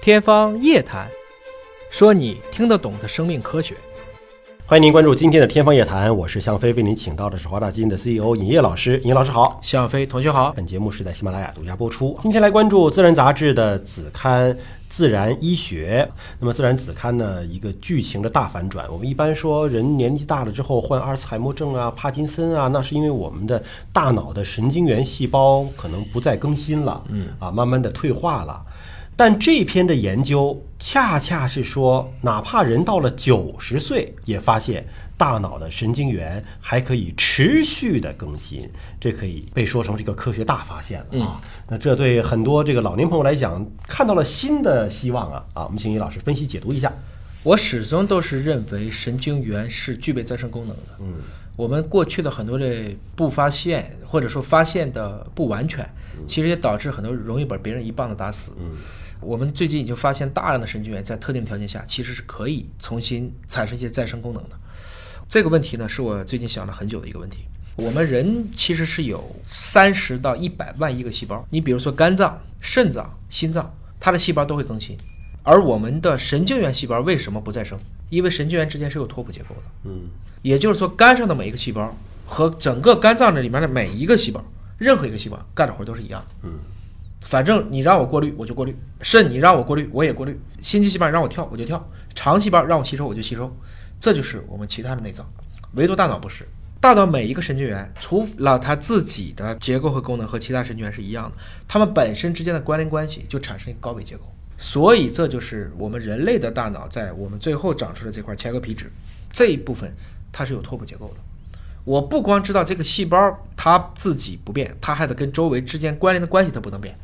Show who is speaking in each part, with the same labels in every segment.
Speaker 1: 天方夜谭，说你听得懂的生命科学。
Speaker 2: 欢迎您关注今天的《天方夜谭》，我是向飞，为您请到的是华大基因的 CEO 尹烨老师。尹老师好，
Speaker 1: 向飞同学好，
Speaker 2: 本节目是在喜马拉雅独家播出。今天来关注《自然》杂志的子刊《自然医学》。那么，《自然》子刊呢，一个剧情的大反转。我们一般说人年纪大了之后患阿尔茨海默症啊、帕金森啊，那是因为我们的大脑的神经元细胞可能不再更新了，嗯啊，慢慢的退化了。但这篇的研究恰恰是说，哪怕人到了九十岁，也发现大脑的神经元还可以持续的更新，这可以被说成是一个科学大发现了啊！那这对很多这个老年朋友来讲，看到了新的希望啊！啊，我们请尹老师分析解读一下。
Speaker 1: 我始终都是认为神经元是具备再生功能的。嗯，我们过去的很多的不发现，或者说发现的不完全，其实也导致很多容易把别人一棒子打死。嗯，我们最近已经发现大量的神经元在特定条件下其实是可以重新产生一些再生功能的。这个问题呢，是我最近想了很久的一个问题。我们人其实是有三十到一百万亿个细胞，你比如说肝脏、肾脏、心脏，它的细胞都会更新。而我们的神经元细胞为什么不再生？因为神经元之间是有拓扑结构的。嗯，也就是说，肝上的每一个细胞和整个肝脏这里面的每一个细胞，任何一个细胞干的活都是一样的。嗯，反正你让我过滤，我就过滤；肾你让我过滤，我也过滤；心肌细胞你让我跳，我就跳；肠细胞让我吸收，我就吸收。这就是我们其他的内脏，唯独大脑不是。大脑每一个神经元，除了它自己的结构和功能和其他神经元是一样的，它们本身之间的关联关系就产生一个高维结构。所以这就是我们人类的大脑在我们最后长出的这块前额皮质这一部分，它是有拓扑结构的。我不光知道这个细胞它自己不变，它还得跟周围之间关联的关系它不能变。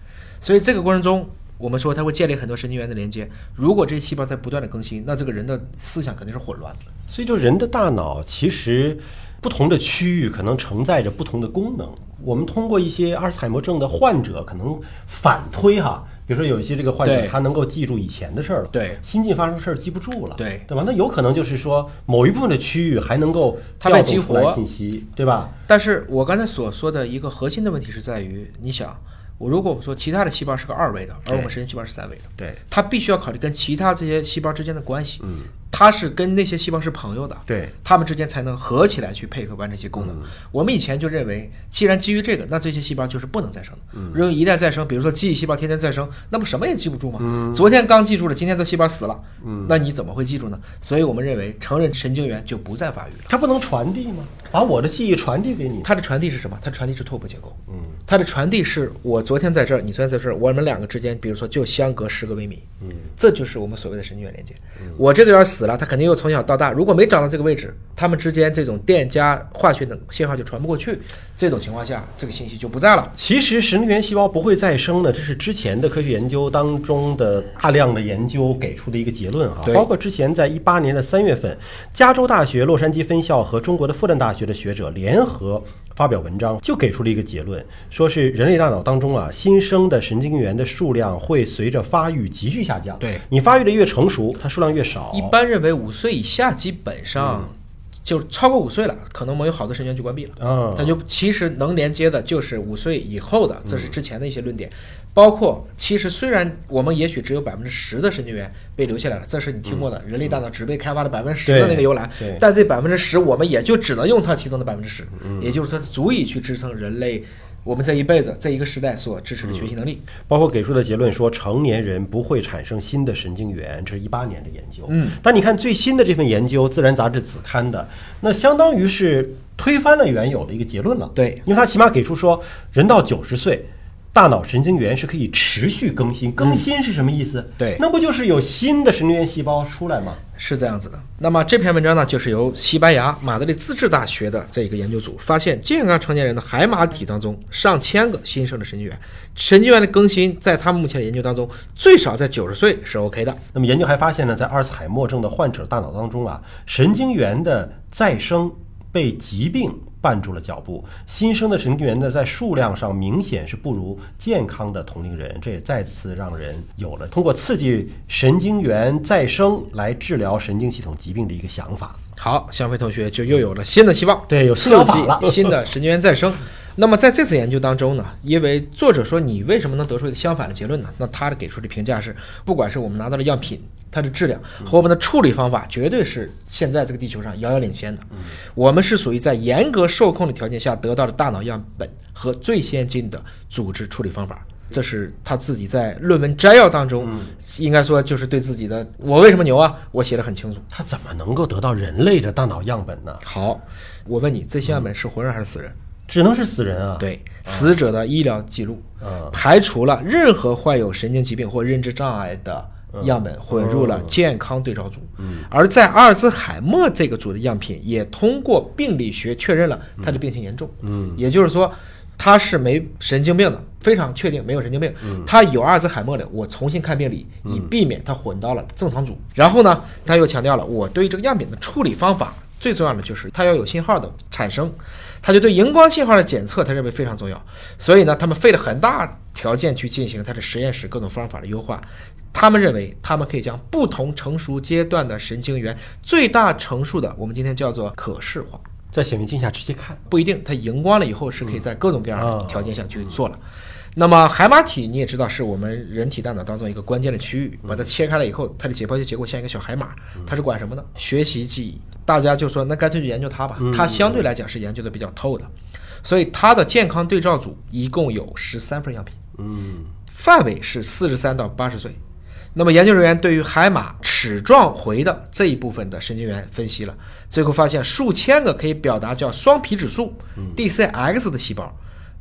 Speaker 1: 所以这个过程中，我们说它会建立很多神经元的连接。如果这些细胞在不断的更新，那这个人的思想肯定是混乱的。
Speaker 2: 所以，就人的大脑其实不同的区域可能承载着不同的功能。我们通过一些阿尔茨海默症的患者可能反推哈，比如说有一些这个患者
Speaker 1: 对
Speaker 2: 他能够记住以前的事儿了，
Speaker 1: 对
Speaker 2: 新近发生的事儿记不住了，
Speaker 1: 对
Speaker 2: 对吧？那有可能就是说某一部分的区域还能够
Speaker 1: 它
Speaker 2: 调
Speaker 1: 被
Speaker 2: 动
Speaker 1: 激
Speaker 2: 出来
Speaker 1: 活
Speaker 2: 信息，对吧？
Speaker 1: 但是我刚才所说的一个核心的问题是在于，你想，我如果我们说其他的细胞是个二维的，而我们神经细胞是三维的，
Speaker 2: 对
Speaker 1: 它必须要考虑跟其他这些细胞之间的关系，嗯，它是跟那些细胞是朋友的，
Speaker 2: 对，嗯
Speaker 1: 它们之间才能合起来去配合完成一些功能。我们以前就认为，既然基于这个，那这些细胞就是不能再生的，
Speaker 2: 嗯
Speaker 1: 因为一旦再生，比如说记忆细胞天天再生，那不什么也记不住吗？
Speaker 2: 嗯
Speaker 1: 昨天刚记住了，今天这细胞死了，那你怎么会记住呢？所以我们认为，成人神经元就不再发育了。
Speaker 2: 它不能传递吗？把我的记忆传递给你，
Speaker 1: 它的传递是什么？它的传递是拓扑结构。嗯，它的传递是我昨天在这儿，你昨天在这儿，我们两个之间，比如说就相隔十个微米。嗯，这就是我们所谓的神经元连接。我这个要是死了，它肯定又从小到大，如果没长到这个位置，它们之间这种电加化学等信号就传不过去。这种情况下，这个信息就不在了。
Speaker 2: 其实神经元细胞不会再生呢，这是之前的科学研究当中的大量的研究给出的一个结论啊。
Speaker 1: 对
Speaker 2: 包括之前在一八年的三月份，加州大学洛杉矶分校和中国的复旦大学的学者联合发表文章，就给出了一个结论，说是人类大脑当中啊新生的神经元的数量会随着发育急剧下降。
Speaker 1: 对
Speaker 2: 你发育的越成熟，它数量越少。
Speaker 1: 一般认为五岁以下基本上就超过五岁了，可能我们有好多神经元就关闭了。
Speaker 2: 嗯
Speaker 1: 它就其实能连接的就是五岁以后的，这是之前的一些论点，包括其实虽然我们也许只有百分之十的神经元被留下来了，这是你听过的，人类大脑只被开发了百分之十的
Speaker 2: 对
Speaker 1: 那个由来
Speaker 2: 对，
Speaker 1: 但这百分之十我们也就只能用它其中的百分之十，
Speaker 2: 嗯
Speaker 1: 也就是说足以去支撑人类我们这一辈子这一个时代所支持的学习能力。
Speaker 2: 包括给出的结论说，成年人不会产生新的神经元，这是一八年的研究。嗯，但你看最新的这份研究，《自然》杂志子刊的，那相当于是推翻了原有的一个结论了。
Speaker 1: 对
Speaker 2: 因为它起码给出说，人到九十岁。大脑神经元是可以持续更新，更新是什么意思？
Speaker 1: 对
Speaker 2: 那不就是有新的神经元细胞出来吗？
Speaker 1: 是这样子的。那么这篇文章呢，就是由西班牙马德里自治大学的这个研究组发现，健康成年人的海马体当中上千个新生的神经元，神经元的更新在他们目前的研究当中，最少在九十岁是 OK 的。
Speaker 2: 那么研究还发现呢，在阿尔茨海默症的患者大脑当中啊，神经元的再生被疾病绊住了脚步，新生的神经元呢在数量上明显是不如健康的同龄人，这也再次让人有了通过刺激神经元再生来治疗神经系统疾病的一个想法。
Speaker 1: 好，向飞同学就又有了新的希望，
Speaker 2: 对有新
Speaker 1: 刺
Speaker 2: 想法了
Speaker 1: 激新的神经元再生。那么在这次研究当中呢，因为作者说你为什么能得出一个相反的结论呢？那他给出的评价是，不管是我们拿到的样品，它的质量
Speaker 2: 嗯
Speaker 1: 和我们的处理方法，绝对是现在这个地球上遥遥领先的。
Speaker 2: 嗯
Speaker 1: 我们是属于在严格受控的条件下得到的大脑样本和最先进的组织处理方法。这是他自己在论文摘要当
Speaker 2: 嗯
Speaker 1: 中，应该说就是对自己的我为什么牛啊，我写的很清楚。
Speaker 2: 它怎么能够得到人类的大脑样本呢？
Speaker 1: 好，我问你，这些样本是活人还是死人？
Speaker 2: 只能是死人啊！，
Speaker 1: 对，死者的医疗记录
Speaker 2: 嗯，
Speaker 1: 排除了任何患有神经疾病或认知障碍的样本，混入了健康对照组。而在阿尔兹海默这个组的样品，也通过病理学确认了他的病情严重。嗯，也就是说，他是没神经病的，非常确定没有神经病。他有阿尔兹海默的，我重新看病理，以避免他混到了正常组。然后呢，他又强调了我对于这个样品的处理方法。最重要的就是它要有信号的产生，他就对荧光信号的检测，他认为非常重要。所以呢，他们费了很大条件去进行他的实验室各种方法的优化。他们认为，他们可以将不同成熟阶段的神经元最大程数的，我们今天叫做可视化。
Speaker 2: 在显微镜下直接看，
Speaker 1: 不一定，它荧光了以后是可以在各种各样的条件下去做了。那么海马体你也知道，是我们人体大脑当中一个关键的区域，把它切开了以后，它的解剖学结构像一个小海马，它是管什么呢？学习记忆。大家就说，那干脆就研究它吧，它相对来讲是研究的比较透的，所以它的健康对照组一共有十三份样品。
Speaker 2: 嗯，
Speaker 1: 范围是四十三到八十岁。那么研究人员对于海马齿状回的这一部分的神经元分析了，最后发现数千个可以表达叫双皮质素 （DCX） 的细胞。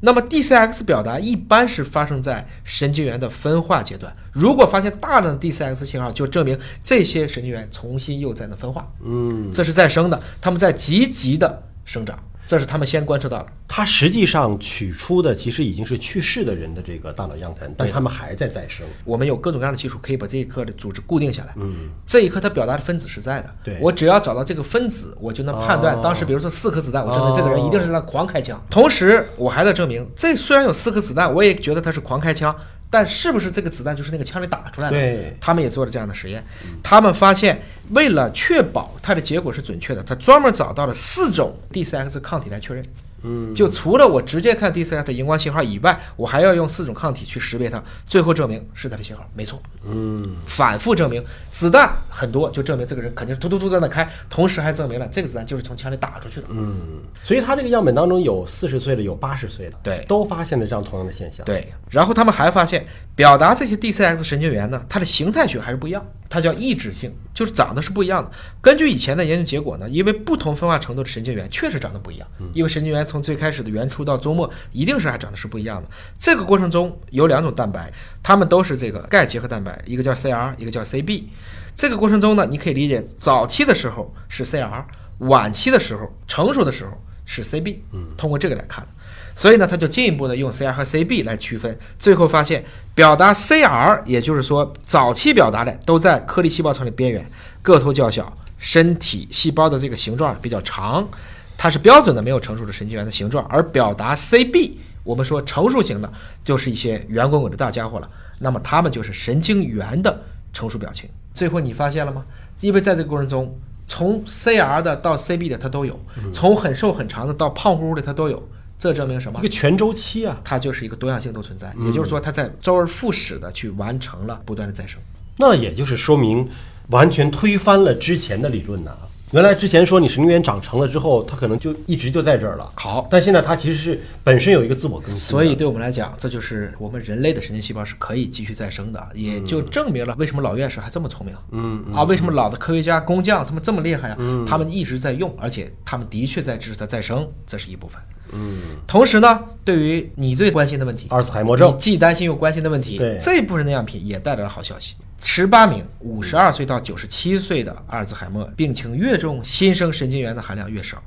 Speaker 1: 那么 DCX 表达一般是发生在神经元的分化阶段。如果发现大量的 DCX 信号，就证明这些神经元重新又在那分化。嗯，这是再生的，它们在积极的生长，这是他们先观测到的。
Speaker 2: 它实际上取出的其实已经是去世的人的这个大脑样本，但他们还在再生。
Speaker 1: 我们有各种各样的技术可以把这一刻的组织固定下来。嗯，这一刻它表达的分子是在的。
Speaker 2: 对
Speaker 1: 我只要找到这个分子，我就能判断
Speaker 2: 哦
Speaker 1: 当时，比如说四颗子弹，我证明这个人一定是在狂开枪。同时，我还在证明，这虽然有四颗子弹，我也觉得他是狂开枪，但是不是这个子弹就是那个枪里打出来的？
Speaker 2: 对，
Speaker 1: 他们也做了这样的实验，他们发现，为了确保它的结果是准确的，他专门找到了四种 DCX 抗体来确认。嗯，就除了我直接看 DCX 的荧光信号以外，我还要用四种抗体去识别它，最后证明是它的信号，没错。
Speaker 2: 嗯，
Speaker 1: 反复证明，子弹很多，就证明这个人肯定是突突突在那开，同时还证明了这个子弹就是从枪里打出去的。
Speaker 2: 所以它这个样本当中有四十岁的，有八十岁的，
Speaker 1: 对
Speaker 2: 都发现了这样同样的现象。，
Speaker 1: 对，然后他们还发现，表达这些 DCX 神经元呢，它的形态学还是不一样，它叫异质性，就是长得是不一样的。根据以前的研究结果呢，因为不同分化程度的神经元确实长得不一样，因为神经元从最开始的原初到周末，一定是还长得是不一样的。这个过程中有两种蛋白，它们都是这个钙结合蛋白，一个叫 CR，一个叫 CB。这个过程中呢，你可以理解，早期的时候是 CR，晚期的时候，成熟的时候是 CB。嗯，通过这个来看的。所以呢，他就进一步的用 CR 和 CB 来区分，最后发现表达 CR，也就是说早期表达的都在颗粒细胞层的边缘，个头较小，身体细胞的这个形状比较长，它是标准的没有成熟的神经元的形状。而表达 CB，我们说成熟型的就是一些圆滚滚的大家伙了，那么它们就是神经元的成熟表情。最后你发现了吗？因为在这个过程中，从 CR 的到 CB 的它都有，从很瘦很长的到胖乎乎的它都有。这证明什么
Speaker 2: 一？个全周期啊。
Speaker 1: 它就是一个多样性都存在，也就是说，它在周而复始的去完成了不断的再生。
Speaker 2: 那也就是说明，完全推翻了之前的理论呐、原来之前说你神经元长成了之后，它可能就一直就在这儿了。
Speaker 1: 好，
Speaker 2: 但现在它其实是本身有一个自我更新的，
Speaker 1: 所以对我们来讲，这就是我们人类的神经细胞是可以继续再生的，也就证明了为什么老院士还这么聪明，嗯啊，为什么老的科学家、工匠他们这么厉害啊？他们一直在用，而且他们的确在支持它再生，这是一部分。嗯，同时呢，对于你最关心的问题，
Speaker 2: 阿尔茨海默症
Speaker 1: 你既担心又关心的问题
Speaker 2: 对，
Speaker 1: 这一部分的样品也带来了好消息。十八名五十二岁到九十七岁的阿尔兹海默病情越重，新生神经元的含量越少。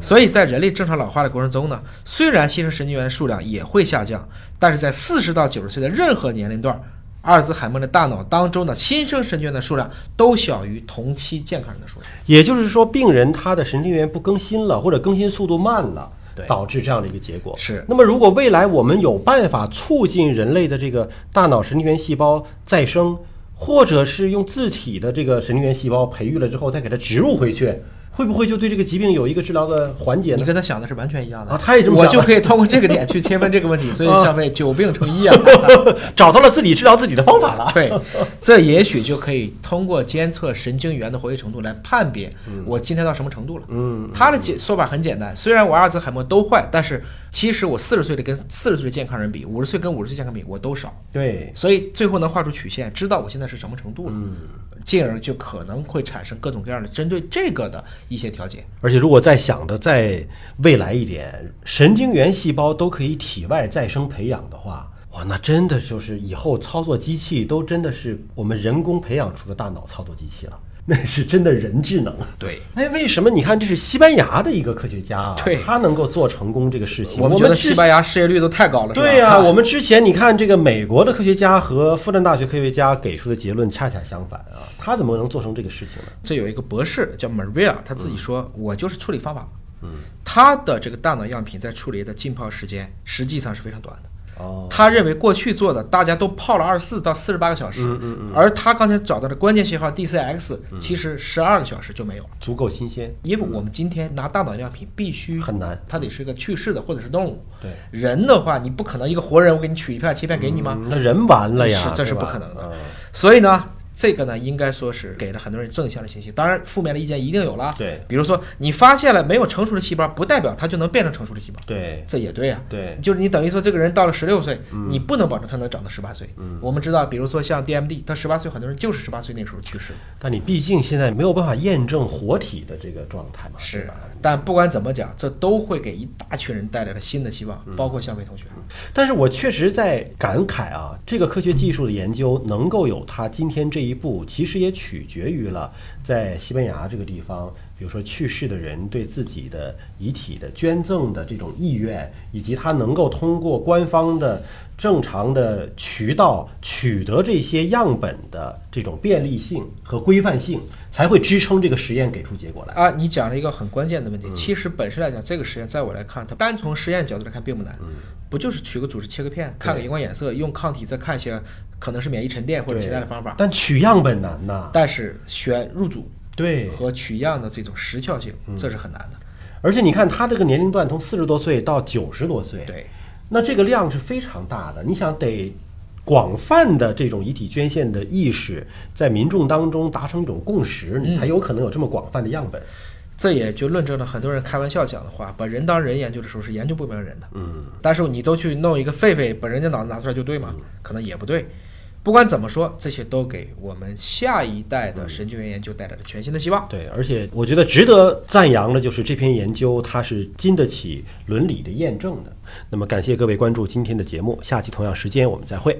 Speaker 1: 所以在人类正常老化的过程中呢，虽然新生神经元的数量也会下降，但是在四十到九十岁的任何年龄段，阿尔兹海默的大脑当中的新生神经元的数量都小于同期健康人的数量。
Speaker 2: 也就是说，病人他的神经元不更新了，或者更新速度慢了
Speaker 1: 对。
Speaker 2: 导致这样的一个结果
Speaker 1: 是
Speaker 2: 那么，如果未来我们有办法促进人类的这个大脑神经元细胞再生，或者是用自体的这个神经元细胞培育了之后再给它植入回去，会不会就对这个疾病有一个治疗的缓解
Speaker 1: 你
Speaker 2: 呢？
Speaker 1: 跟他想的是完全一样的
Speaker 2: 啊他也这么
Speaker 1: 我
Speaker 2: 想
Speaker 1: 就
Speaker 2: 的
Speaker 1: 可以通过这个点去切分这个问题，所以
Speaker 2: 啊
Speaker 1: 像被久病成医 啊。
Speaker 2: 找到了自己治疗自己的方法了。
Speaker 1: 对，这也许就可以通过监测神经元的活跃程度来判别我今天到什么程度了。
Speaker 2: 嗯，
Speaker 1: 他的解说法很简单，虽然我阿尔兹海默都坏，但是其实我四十岁的跟四十岁的健康人比，五十岁跟五十岁健康比，我都少。
Speaker 2: 对，
Speaker 1: 所以最后能画出曲线，知道我现在是什么程度了，
Speaker 2: 嗯
Speaker 1: 进而就可能会产生各种各样的针对这个的一些调节。
Speaker 2: 而且如果再想的再未来一点，神经元细胞都可以体外再生培养的话，哇，那真的就是以后操作机器都真的是我们人工培养出的大脑操作机器了， 那是真的人智能。
Speaker 1: 对，
Speaker 2: 哎，为什么？你看，这是西班牙的一个科学家啊，
Speaker 1: 对
Speaker 2: 他能够做成功这个事情。
Speaker 1: 我们觉
Speaker 2: 们
Speaker 1: 得
Speaker 2: 之
Speaker 1: 西班牙失业率都太高了，是吧
Speaker 2: 对呀、
Speaker 1: 哈
Speaker 2: 我们之前你看这个美国的科学家和复旦大学科学家给出的结论恰恰相反啊，他怎么能做成这个事情呢？
Speaker 1: 这有一个博士叫 Maria，他
Speaker 2: 嗯
Speaker 1: 自己说，我就是处理方法。嗯，他的这个大脑样品在处理的浸泡时间实际上是非常短的。
Speaker 2: 哦，
Speaker 1: 他认为过去做的大家都泡了二十四到四十八个小时，
Speaker 2: 嗯
Speaker 1: 而他刚才找到的关键信号 DCX，其实十二个小时就没有了。
Speaker 2: 足够新鲜，
Speaker 1: 因为我们今天拿大脑样品必须
Speaker 2: 嗯很难
Speaker 1: 它得是个去世的或者是动物。
Speaker 2: 对，
Speaker 1: 人的话，你不可能一个活人我给你取一片切片给你吗？
Speaker 2: 嗯那人完了呀，
Speaker 1: 是这是
Speaker 2: 对吧
Speaker 1: 不可能的
Speaker 2: 嗯
Speaker 1: 所以呢，这个呢，应该说是给了很多人正向的信息。当然，负面的意见一定有了。
Speaker 2: 对，
Speaker 1: 比如说你发现了没有成熟的细胞，不代表它就能变成成熟的细胞，
Speaker 2: 对
Speaker 1: 这也对呀、
Speaker 2: 对，
Speaker 1: 就是你等于说这个人到了十六岁，你不能保证他能长到十八岁。我们知道，比如说像 DMD，他十八岁，很多人就是十八岁那时候去世。
Speaker 2: 但你毕竟现在没有办法验证活体的这个状态嘛，对
Speaker 1: 是
Speaker 2: 吧？，
Speaker 1: 但不管怎么讲，这都会给一大群人带来了新的希望，包括向飞同学。
Speaker 2: 但是我确实在感慨啊，这个科学技术的研究能够有它今天这一步，其实也取决于了在西班牙这个地方，比如说去世的人对自己的遗体的捐赠的这种意愿，以及他能够通过官方的正常的渠道取得这些样本的这种便利性和规范性，才会支撑这个实验给出结果来。
Speaker 1: 啊，你讲了一个很关键的问题。其实本身来讲，这个实验在我来看，它单从实验角度来看并不难，不就是取个组织切个片，看个荧光染色，用抗体再看一些可能是免疫沉淀或者其他的方法。
Speaker 2: 但取样本难呐。
Speaker 1: 但是选入组
Speaker 2: 对，
Speaker 1: 和取样的这种时效性，这是很难的。
Speaker 2: 而且你看他这个年龄段从四十多岁到九十多岁，
Speaker 1: 对，
Speaker 2: 那这个量是非常大的。你想得广泛的这种遗体捐献的意识，在民众当中达成一种共识，你才有可能有这么广泛的样本。
Speaker 1: 这也就论证了很多人开玩笑讲的话，把人当人研究的时候是研究不明人的。嗯，但是你都去弄一个狒狒，把人家脑子拿出来就对吗？可能也不对。不管怎么说，这些都给我们下一代的神经元研究带来了全新的希望。
Speaker 2: 对，而且我觉得值得赞扬的就是这篇研究，它是经得起伦理的验证的。那么，感谢各位关注今天的节目，下期同样时间我们再会。